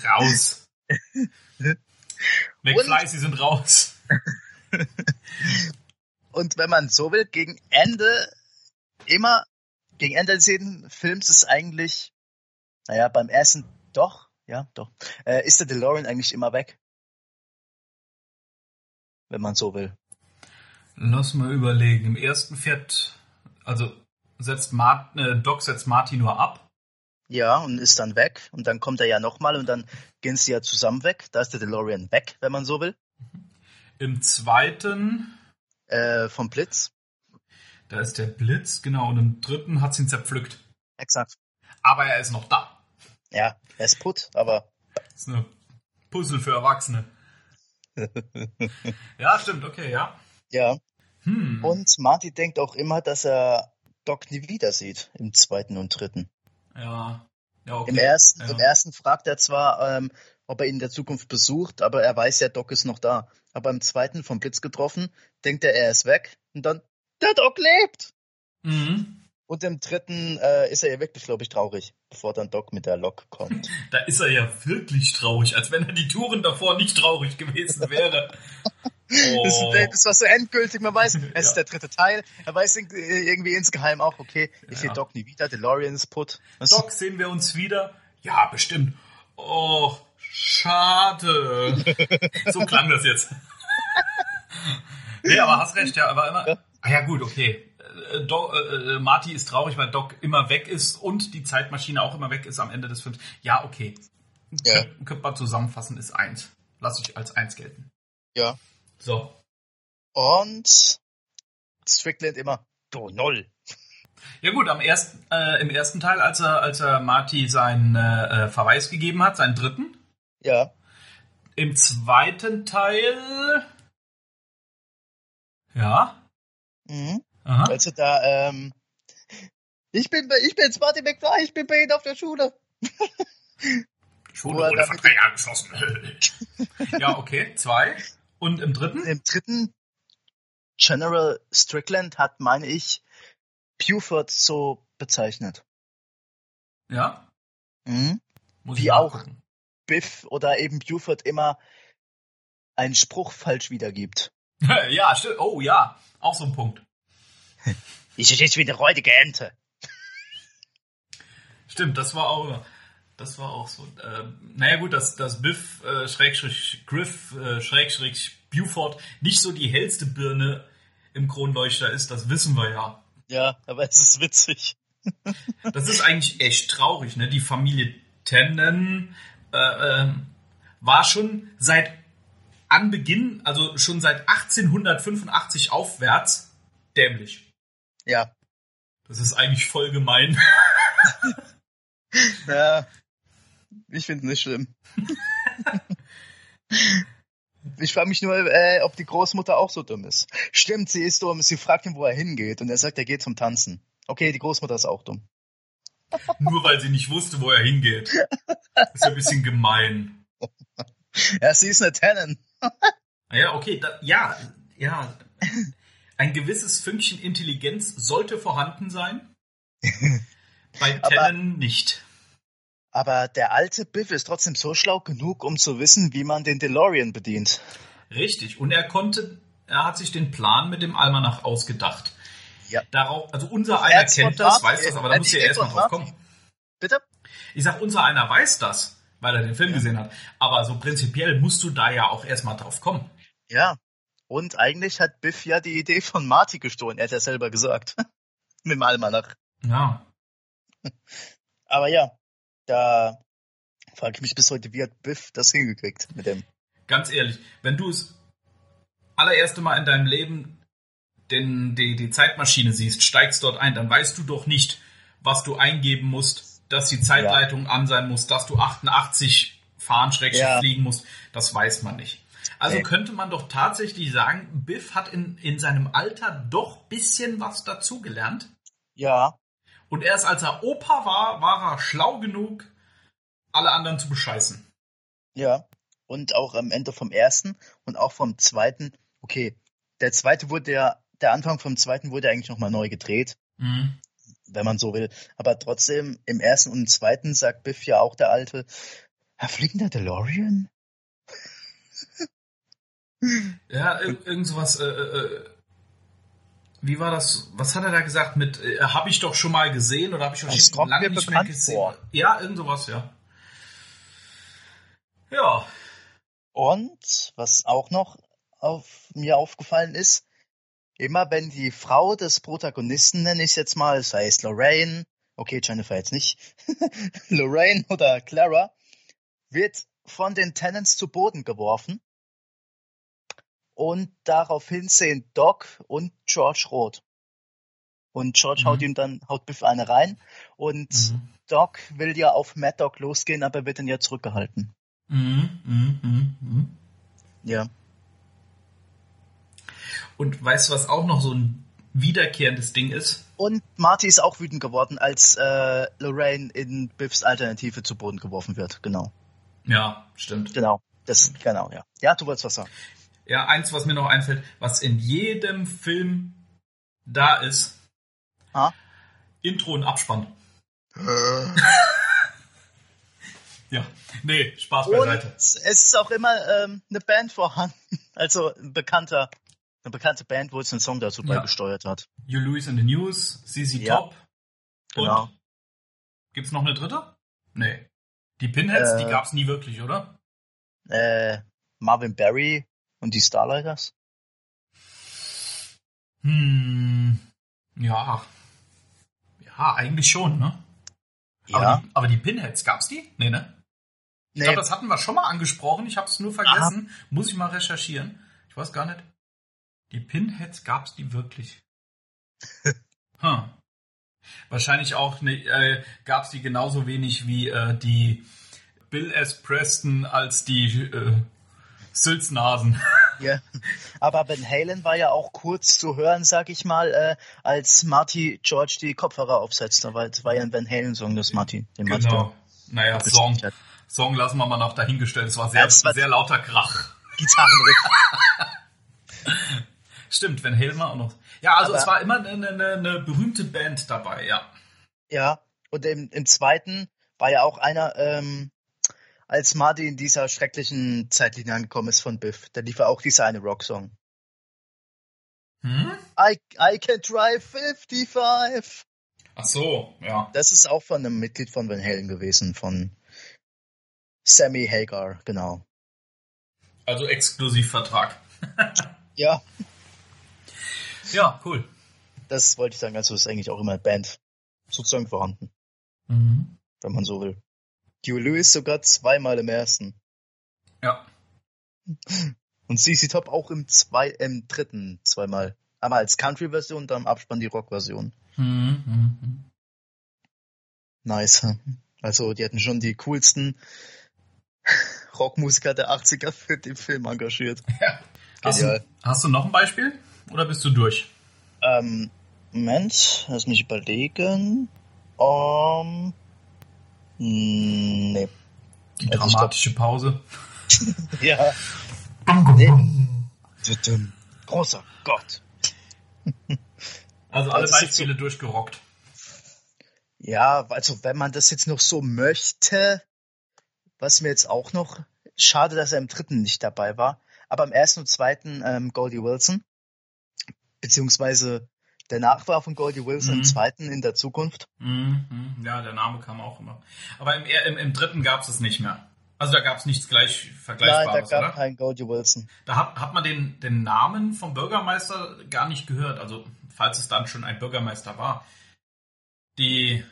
Speaker 2: raus. McFly, sie sind raus.
Speaker 1: Und wenn man so will, gegen Ende immer, gegen Ende des jeden Films ist eigentlich, naja, beim ersten doch, ja, doch, äh, ist der DeLorean eigentlich immer weg. Wenn man so will.
Speaker 2: Lass mal überlegen. Im ersten fährt, also setzt Mart, äh, Doc setzt Marty nur ab.
Speaker 1: Ja, und ist dann weg. Und dann kommt er ja nochmal und dann gehen sie ja zusammen weg. Da ist der DeLorean weg, wenn man so will,
Speaker 2: Im zweiten,
Speaker 1: äh, vom Blitz.
Speaker 2: da ist der Blitz, genau, und im dritten hat sie ihn zerpflückt.
Speaker 1: Exakt.
Speaker 2: Aber er ist noch da.
Speaker 1: Ja, er ist putt, aber
Speaker 2: Das ist eine Puzzle für Erwachsene. ja, stimmt, okay, ja.
Speaker 1: ja.
Speaker 2: Hm.
Speaker 1: Und Marty denkt auch immer, dass er Doc nie wieder sieht im zweiten und dritten.
Speaker 2: Ja. ja okay.
Speaker 1: Im, ersten,
Speaker 2: ja.
Speaker 1: Im ersten fragt er zwar, ähm, ob er ihn in der Zukunft besucht, aber er weiß ja, Doc ist noch da. Aber im zweiten vom Blitz getroffen, denkt er, er ist weg und dann, der Doc lebt!
Speaker 2: Mhm.
Speaker 1: Und im dritten äh, ist er ja wirklich, glaube ich, traurig, bevor dann Doc mit der Lok kommt.
Speaker 2: Da ist er ja wirklich traurig, als wenn er die Touren davor nicht traurig gewesen wäre.
Speaker 1: Das, äh,
Speaker 2: Oh.
Speaker 1: das war so endgültig, man weiß, es
Speaker 2: Ja.
Speaker 1: ist der dritte Teil. Er weiß in- äh, irgendwie insgeheim auch, okay, ich sehe
Speaker 2: Ja.
Speaker 1: Doc nie wieder, DeLorean ist putt. Was-
Speaker 2: Oh, Doc, sehen wir uns wieder? Ja, bestimmt. Oh, schade. so klang das jetzt. nee, aber hast recht, ja, aber immer. Ah ja, gut, okay. Äh, Doc, äh, äh, Marty ist traurig, weil Doc immer weg ist und die Zeitmaschine auch immer weg ist am Ende des Films. Ja, okay.
Speaker 1: Ja.
Speaker 2: Kön könnte man zusammenfassen, ist eins. Lass ich als eins gelten.
Speaker 1: Ja.
Speaker 2: So.
Speaker 1: Und Strickland immer, du Null.
Speaker 2: Ja gut, am ersten, äh, im ersten Teil, als er, als er Marty seinen äh, äh, Verweis gegeben hat, seinen dritten,
Speaker 1: Ja,
Speaker 2: Im zweiten Teil. Ja.
Speaker 1: mhm.
Speaker 2: Aha.
Speaker 1: also da, ähm, ich bin, bei- ich bin jetzt Martin McFly, ich bin bei Ihnen auf der Schule.
Speaker 2: Schule
Speaker 1: Wo er
Speaker 2: wurde vor
Speaker 1: damit-
Speaker 2: drei Jahren geschlossen. ja, okay. Zwei. Und im dritten?
Speaker 1: Im dritten, General Strickland hat, meine ich, Buford so bezeichnet.
Speaker 2: Ja.
Speaker 1: Mhm.
Speaker 2: Muss
Speaker 1: Wie
Speaker 2: nachgucken.
Speaker 1: Biff oder eben Buford immer einen Spruch falsch wiedergibt.
Speaker 2: ja, stimmt. Oh ja. Auch so ein Punkt.
Speaker 1: Ich sitze jetzt wie eine räudige Ente.
Speaker 2: Stimmt, das war auch. Das war auch so. Ähm, naja gut, dass, dass Biff, äh, Schrägstrich Griff, äh, Schrägstrich Buford nicht so die hellste Birne im Kronleuchter ist, das wissen wir ja.
Speaker 1: Ja, aber es ist witzig.
Speaker 2: Das ist eigentlich echt traurig, ne? Die Familie Tennant äh, ähm, war schon seit Anbeginn, also schon seit 1885 aufwärts, dämlich.
Speaker 1: Ja.
Speaker 2: Das ist eigentlich voll gemein.
Speaker 1: ja. Ich finde es nicht schlimm. Ich frage mich nur, äh, ob die Großmutter auch so dumm ist. Stimmt, sie ist dumm. Sie fragt ihn, wo er hingeht. Und er sagt, er geht zum Tanzen. Okay, die Großmutter ist auch dumm.
Speaker 2: Nur weil sie nicht wusste, wo er hingeht. Ist ja ein bisschen gemein.
Speaker 1: Ja, sie ist eine Tannen.
Speaker 2: Ah Ja, okay, da, ja, ja. Ein gewisses Fünkchen Intelligenz sollte vorhanden sein. Bei Tellen nicht.
Speaker 1: Aber der alte Biff ist trotzdem so schlau genug, um zu wissen, wie man den DeLorean bedient.
Speaker 2: Richtig. Und er konnte, er hat sich den Plan mit dem Almanach ausgedacht.
Speaker 1: Ja.
Speaker 2: Darauf, also unser
Speaker 1: Er
Speaker 2: einer
Speaker 1: hat's
Speaker 2: kennt
Speaker 1: von
Speaker 2: das,
Speaker 1: Marty-
Speaker 2: weiß das, aber da
Speaker 1: äh,
Speaker 2: muss
Speaker 1: die
Speaker 2: ja
Speaker 1: Idee
Speaker 2: erstmal
Speaker 1: von
Speaker 2: drauf
Speaker 1: Marty.
Speaker 2: kommen.
Speaker 1: Bitte?
Speaker 2: Ich sag, unser einer weiß das, weil er den Film gesehen hat. Aber so prinzipiell musst du da ja auch erstmal drauf kommen.
Speaker 1: Ja. Und eigentlich hat Biff ja die Idee von Marty gestohlen. Er hat ja selber gesagt. Mit dem Almanach.
Speaker 2: Ja.
Speaker 1: Aber ja, da frage ich mich bis heute, wie hat Biff das hingekriegt mit dem?
Speaker 2: Ganz ehrlich, wenn du es allererste Mal in deinem Leben den, die, die Zeitmaschine siehst, steigst dort ein, dann weißt du doch nicht, was du eingeben musst, dass die Zeitleitung an sein muss, dass du 88 fahren, schrägstrich
Speaker 1: Ja.
Speaker 2: fliegen musst. Das weiß man nicht. Also
Speaker 1: Nee.
Speaker 2: könnte man doch tatsächlich sagen, Biff hat in, in seinem Alter doch bisschen was dazugelernt.
Speaker 1: Ja,
Speaker 2: Und erst als er Opa war, war er schlau genug, alle anderen zu bescheißen.
Speaker 1: ja. Und auch am Ende vom ersten und auch vom zweiten. Okay, der zweite wurde ja, der Anfang vom zweiten wurde eigentlich nochmal neu gedreht.
Speaker 2: Mhm.
Speaker 1: wenn man so will. Aber trotzdem, im ersten und im zweiten sagt Biff ja auch der Alte, Herr fliegender DeLorean?
Speaker 2: Ja, ir irgendwas. Äh, äh, wie war das? Was hat er da gesagt mit, äh, habe ich doch schon mal gesehen oder habe ich doch
Speaker 1: Das
Speaker 2: schon
Speaker 1: kommt
Speaker 2: lange
Speaker 1: mir
Speaker 2: nicht mehr
Speaker 1: bekannt
Speaker 2: gesehen?
Speaker 1: vor.
Speaker 2: Ja, irgend sowas, ja. Ja,
Speaker 1: Und was auch noch auf mir aufgefallen ist, immer wenn die Frau des Protagonisten, nenne ich es jetzt mal, sei es Lorraine, okay, Jennifer jetzt nicht, Lorraine oder Clara, wird von den Tenants zu Boden geworfen. Und daraufhin sehen Doc und George rot. Und George haut
Speaker 2: Mhm.
Speaker 1: ihm dann, haut Biff eine rein. Und
Speaker 2: Mhm.
Speaker 1: Doc will ja auf Mad Dog losgehen, aber wird dann ja zurückgehalten.
Speaker 2: Mhm, mhm, mhm, mhm.
Speaker 1: Ja.
Speaker 2: Und weißt du, was auch noch so ein wiederkehrendes Ding ist?
Speaker 1: Und Marty ist auch wütend geworden, als äh, Lorraine in Biffs Alternative zu Boden geworfen wird. Genau.
Speaker 2: Ja, stimmt.
Speaker 1: Genau. Das, genau, ja. Ja, du wolltest was sagen.
Speaker 2: Ja, eins, was mir noch einfällt, was in jedem Film da ist.
Speaker 1: Ah?
Speaker 2: Intro und Abspann. ja, nee, Spaß
Speaker 1: Und
Speaker 2: beiseite.
Speaker 1: es ist auch immer ähm, eine Band vorhanden. Also ein bekannter, eine bekannte Band, wo es einen Song dazu
Speaker 2: Ja.
Speaker 1: beigesteuert hat.
Speaker 2: You Lose in the News, CC
Speaker 1: Ja,
Speaker 2: Top.
Speaker 1: genau.
Speaker 2: Und gibt's noch eine dritte? Nee. Die Pinheads, die
Speaker 1: Äh.
Speaker 2: gab's nie wirklich, oder?
Speaker 1: Äh, Marvin Berry und die Starlighters.
Speaker 2: Hm. Ja. Ja, eigentlich schon, ne? Aber,
Speaker 1: Ja.
Speaker 2: die, aber die Pinheads, gab's die? Nee, ne? Ich
Speaker 1: Nee,
Speaker 2: glaube, das hatten wir schon mal angesprochen. Ich habe es nur vergessen. Muss ich mal recherchieren. Ich weiß gar nicht. Die Pinheads gab es die wirklich? hm. Wahrscheinlich auch ne, äh, gab es die genauso wenig wie äh, die Bill S. Preston als die äh, Sülznasen.
Speaker 1: Ja, aber Van Halen war ja auch kurz zu hören, sag ich mal, äh, als Marty George die Kopfhörer aufsetzte, weil es war ja ein Van Halen-Song, das Marty, den Marty
Speaker 2: genau. Naja,
Speaker 1: Das
Speaker 2: Song,
Speaker 1: stimmt.
Speaker 2: Song lassen wir mal noch dahingestellt. Es war sehr,
Speaker 1: Ja, das war-
Speaker 2: sehr lauter Krach.
Speaker 1: Gitarrenriff.
Speaker 2: Stimmt, wenn Helmer auch noch. Ja, also
Speaker 1: Aber-
Speaker 2: es war immer eine, eine, eine berühmte Band dabei, ja.
Speaker 1: Ja, und im, im zweiten war ja auch einer, ähm, als Marty in dieser schrecklichen Zeitlinie angekommen ist von Biff, da lief ja auch dieser eine Rocksong.
Speaker 2: Hm?
Speaker 1: I, I can drive 55.
Speaker 2: Ach so, ja.
Speaker 1: Das ist auch von einem Mitglied von Van Halen gewesen, von Sammy Hagar, genau.
Speaker 2: Also Exklusivvertrag.
Speaker 1: Ja,
Speaker 2: Ja, cool.
Speaker 1: das wollte ich sagen, also ist eigentlich auch immer eine Band sozusagen vorhanden.
Speaker 2: Mhm.
Speaker 1: wenn man so will. Hugh Lewis sogar zweimal im ersten.
Speaker 2: Ja.
Speaker 1: Und CC Top auch im, zwei, im dritten zweimal. Aber als Country-Version und dann im Abspann die Rock-Version.
Speaker 2: Mhm,
Speaker 1: Nice. Also die hatten schon die coolsten Rockmusiker der 80er für den Film engagiert.
Speaker 2: Ja. Hast, du,
Speaker 1: Genial.
Speaker 2: hast du noch ein Beispiel? Oder bist du durch?
Speaker 1: Ähm, Moment, lass mich überlegen. Ähm, nee.
Speaker 2: Die
Speaker 1: Also ich
Speaker 2: dramatische Pause.
Speaker 1: Ja. Nee. Tudum. Großer Gott.
Speaker 2: Also alle
Speaker 1: Das ist
Speaker 2: Beispiele durchgerockt.
Speaker 1: Ja, also wenn man das jetzt noch so möchte, was mir jetzt auch noch, schade, dass er im dritten nicht dabei war, aber im ersten und zweiten ähm, Goldie Wilson, beziehungsweise der Nachbar von Goldie Wilson
Speaker 2: Mhm.
Speaker 1: im zweiten in der Zukunft.
Speaker 2: Mhm, mhm. Ja, der Name kam auch immer. Aber im, im, im dritten gab es es nicht mehr. Also da gab es nichts gleich
Speaker 1: Nein, da
Speaker 2: Vergleichbares,
Speaker 1: gab
Speaker 2: oder?
Speaker 1: keinen Goldie Wilson.
Speaker 2: Da hat, hat man den, den Namen vom Bürgermeister gar nicht gehört. Also, falls es dann schon ein Bürgermeister war. Die,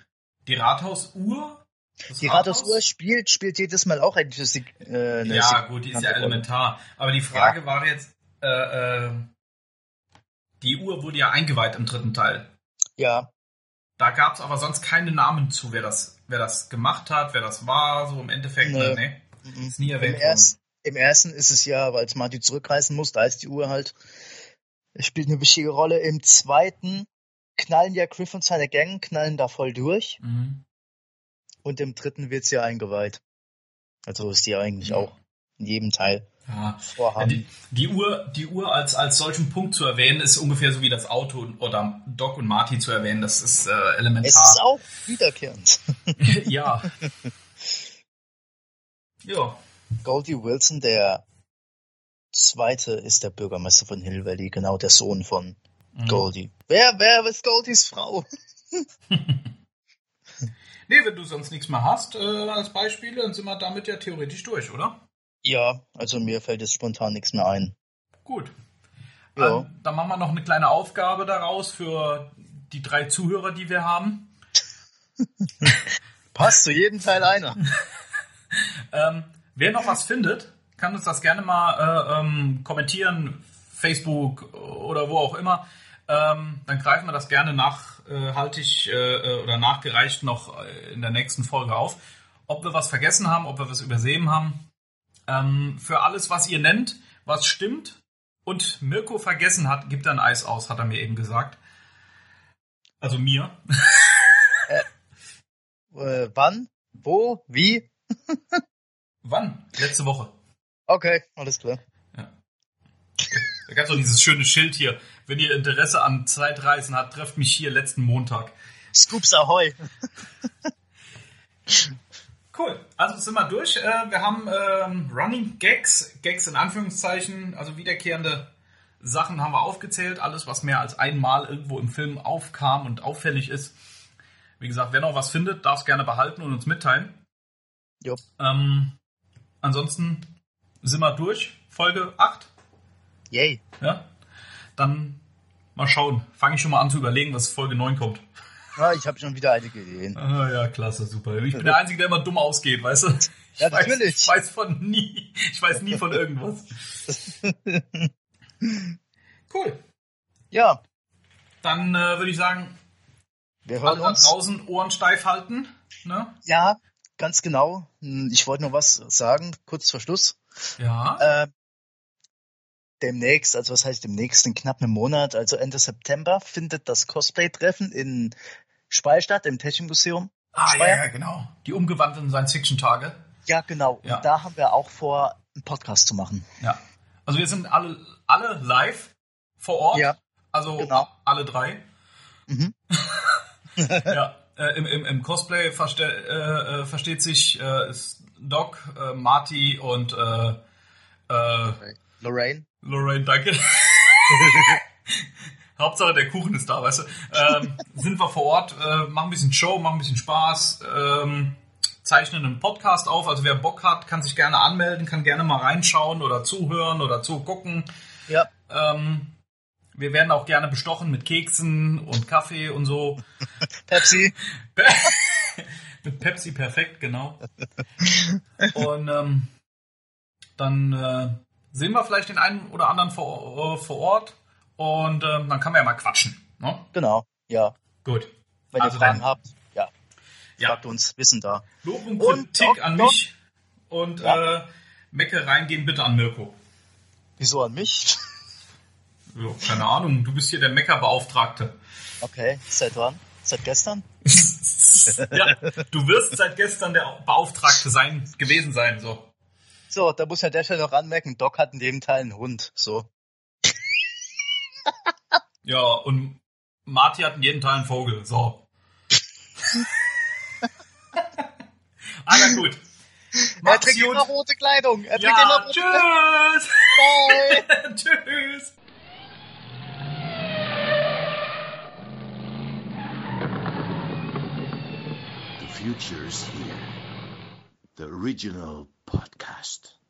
Speaker 2: die Rathausuhr? Das
Speaker 1: Die Rathausuhr spielt, spielt jedes Mal auch eine, Physik- äh, eine
Speaker 2: Ja,
Speaker 1: Sek-
Speaker 2: gut, die ist
Speaker 1: ganze
Speaker 2: ja
Speaker 1: Rolle.
Speaker 2: elementar. Aber die Frage war jetzt, äh, äh, die Uhr wurde ja eingeweiht im dritten Teil.
Speaker 1: Ja,
Speaker 2: Da gab es aber sonst keine Namen zu, wer das, wer das gemacht hat, wer das war, so im Endeffekt.
Speaker 1: Nee.
Speaker 2: Ne. Ne?
Speaker 1: Mhm.
Speaker 2: Ist nie
Speaker 1: Im,
Speaker 2: erwähnt worden.
Speaker 1: ersten, Im ersten ist es ja, weil es Marty zurückreißen muss, da ist die Uhr halt, spielt eine wichtige Rolle. Im zweiten knallen ja Griff und seine Gang, knallen da voll durch.
Speaker 2: Mhm.
Speaker 1: Und im dritten wird's ja eingeweiht. Also ist die ja eigentlich
Speaker 2: Ja.
Speaker 1: auch in jedem Teil
Speaker 2: Ja. Ja,
Speaker 1: vorhaben.
Speaker 2: Die, die Uhr, die Uhr als, als solchen Punkt zu erwähnen, ist ungefähr so wie das Auto oder Doc und Marty zu erwähnen. Das ist äh, elementar.
Speaker 1: es ist auch wiederkehrend.
Speaker 2: ja. ja.
Speaker 1: Goldie Wilson, der zweite, ist der Bürgermeister von Hill Valley, genau der Sohn von
Speaker 2: Mhm.
Speaker 1: Goldie. Wer, wer ist Goldies Frau?
Speaker 2: Nee, wenn du sonst nichts mehr hast äh, als Beispiele, dann sind wir damit ja theoretisch durch, oder?
Speaker 1: Ja, also mir fällt jetzt spontan nichts mehr ein.
Speaker 2: Gut.
Speaker 1: Ja.
Speaker 2: Ähm, dann machen wir noch eine kleine Aufgabe daraus für die drei Zuhörer, die wir haben.
Speaker 1: Passt zu jedem Teil einer.
Speaker 2: Ähm, wer noch was findet, kann uns das gerne mal äh, ähm, kommentieren, Facebook oder wo auch immer. Ähm, dann greifen wir das gerne nachhaltig äh, oder nachgereicht noch äh, in der nächsten Folge auf. Ob wir was vergessen haben, ob wir was übersehen haben. Ähm, für alles, was ihr nennt, was stimmt und Mirko vergessen hat, gibt er ein Eis aus, hat er mir eben gesagt. Also mir.
Speaker 1: Äh, wann? Wo? Wie?
Speaker 2: Wann? Letzte Woche.
Speaker 1: Okay, alles klar.
Speaker 2: Da gab es auch dieses schöne Schild hier. Wenn ihr Interesse an Zeitreisen habt, trefft mich hier letzten Montag.
Speaker 1: Scoops Ahoy.
Speaker 2: Cool. Also sind wir durch. Äh, Wir haben ähm, Running Gags, Gags in Anführungszeichen, also wiederkehrende Sachen haben wir aufgezählt. Alles, was mehr als einmal irgendwo im Film aufkam und auffällig ist. Wie gesagt, wer noch was findet, darf es gerne behalten und uns mitteilen.
Speaker 1: Jo.
Speaker 2: Ähm, ansonsten sind wir durch. Folge 8.
Speaker 1: Yay.
Speaker 2: Ja. Dann mal schauen. Fange ich schon mal an zu überlegen, was Folge 9 kommt.
Speaker 1: Ah, ich habe schon wieder einige Ideen.
Speaker 2: Ah, ja, klasse, super. Ich bin der Einzige, der immer dumm ausgeht, weißt du? Ich
Speaker 1: Ja,
Speaker 2: weiß,
Speaker 1: natürlich.
Speaker 2: Ich weiß von nie. Ich weiß nie von irgendwas. Cool.
Speaker 1: Ja,
Speaker 2: Dann äh, würde ich sagen,
Speaker 1: wir hören
Speaker 2: alle da
Speaker 1: uns.
Speaker 2: draußen Ohren steif halten. Ne?
Speaker 1: Ja, ganz genau. Hm, Ich wollte noch was sagen, kurz vor Schluss.
Speaker 2: Ja.
Speaker 1: Äh, demnächst, also was heißt demnächst, in knapp einem Monat, also Ende September, findet das Cosplay-Treffen in Speyer statt, im Technikmuseum.
Speaker 2: ah, ja,
Speaker 1: Speyer?
Speaker 2: ja, genau. Die umgewandelten Science-Fiction-Tage.
Speaker 1: Ja, genau.
Speaker 2: Ja.
Speaker 1: Und da haben wir auch vor, einen Podcast zu machen.
Speaker 2: Ja. Also wir sind alle, alle live vor Ort.
Speaker 1: Ja.
Speaker 2: Also
Speaker 1: Genau. Mhm.
Speaker 2: alle drei. ja. Äh, im, im, Im Cosplay verste äh, äh, versteht sich äh, ist Doc, äh, Marty und äh, äh,
Speaker 1: Lorraine?
Speaker 2: Lorraine, danke. Hauptsache der Kuchen ist da, weißt du. Ähm, sind wir vor Ort, äh, machen ein bisschen Show, machen ein bisschen Spaß, ähm, zeichnen einen Podcast auf. Also wer Bock hat, kann sich gerne anmelden, kann gerne mal reinschauen oder zuhören oder zugucken.
Speaker 1: Ja.
Speaker 2: Ähm, wir werden auch gerne bestochen mit Keksen und Kaffee und so.
Speaker 1: Pepsi?
Speaker 2: Mit Pepsi perfekt, genau. Und ähm, dann äh, sehen wir vielleicht den einen oder anderen vor, äh, vor Ort und ähm, dann kann man ja mal quatschen. Ne?
Speaker 1: Genau, ja.
Speaker 2: Gut.
Speaker 1: Wenn
Speaker 2: Also
Speaker 1: ihr Fragen
Speaker 2: dann-
Speaker 1: habt, ja,
Speaker 2: Ja.
Speaker 1: fragt uns, wissen da.
Speaker 2: Lob und
Speaker 1: Und
Speaker 2: Kritik
Speaker 1: doch,
Speaker 2: an
Speaker 1: doch.
Speaker 2: mich und
Speaker 1: Ja.
Speaker 2: äh, Meckereien gehen bitte an Mirko.
Speaker 1: Wieso an mich?
Speaker 2: Ja, keine Ahnung, du bist hier der Meckerbeauftragte.
Speaker 1: Okay, seit wann? Seit gestern?
Speaker 2: ja, du wirst seit gestern der Beauftragte sein, gewesen sein, so.
Speaker 1: So, da muss ich an der Stelle noch anmerken, Doc hat in dem Teil einen Hund. So.
Speaker 2: Ja, und Marty hat in jedem Teil einen Vogel, so. ah, na gut.
Speaker 1: Er
Speaker 2: Macht's
Speaker 1: trägt
Speaker 2: gut.
Speaker 1: immer rote Kleidung. Er trägt immer
Speaker 2: Ja,
Speaker 1: rote
Speaker 2: tschüss.
Speaker 1: Kleidung.
Speaker 2: tschüss.
Speaker 6: The future's here. The original podcast.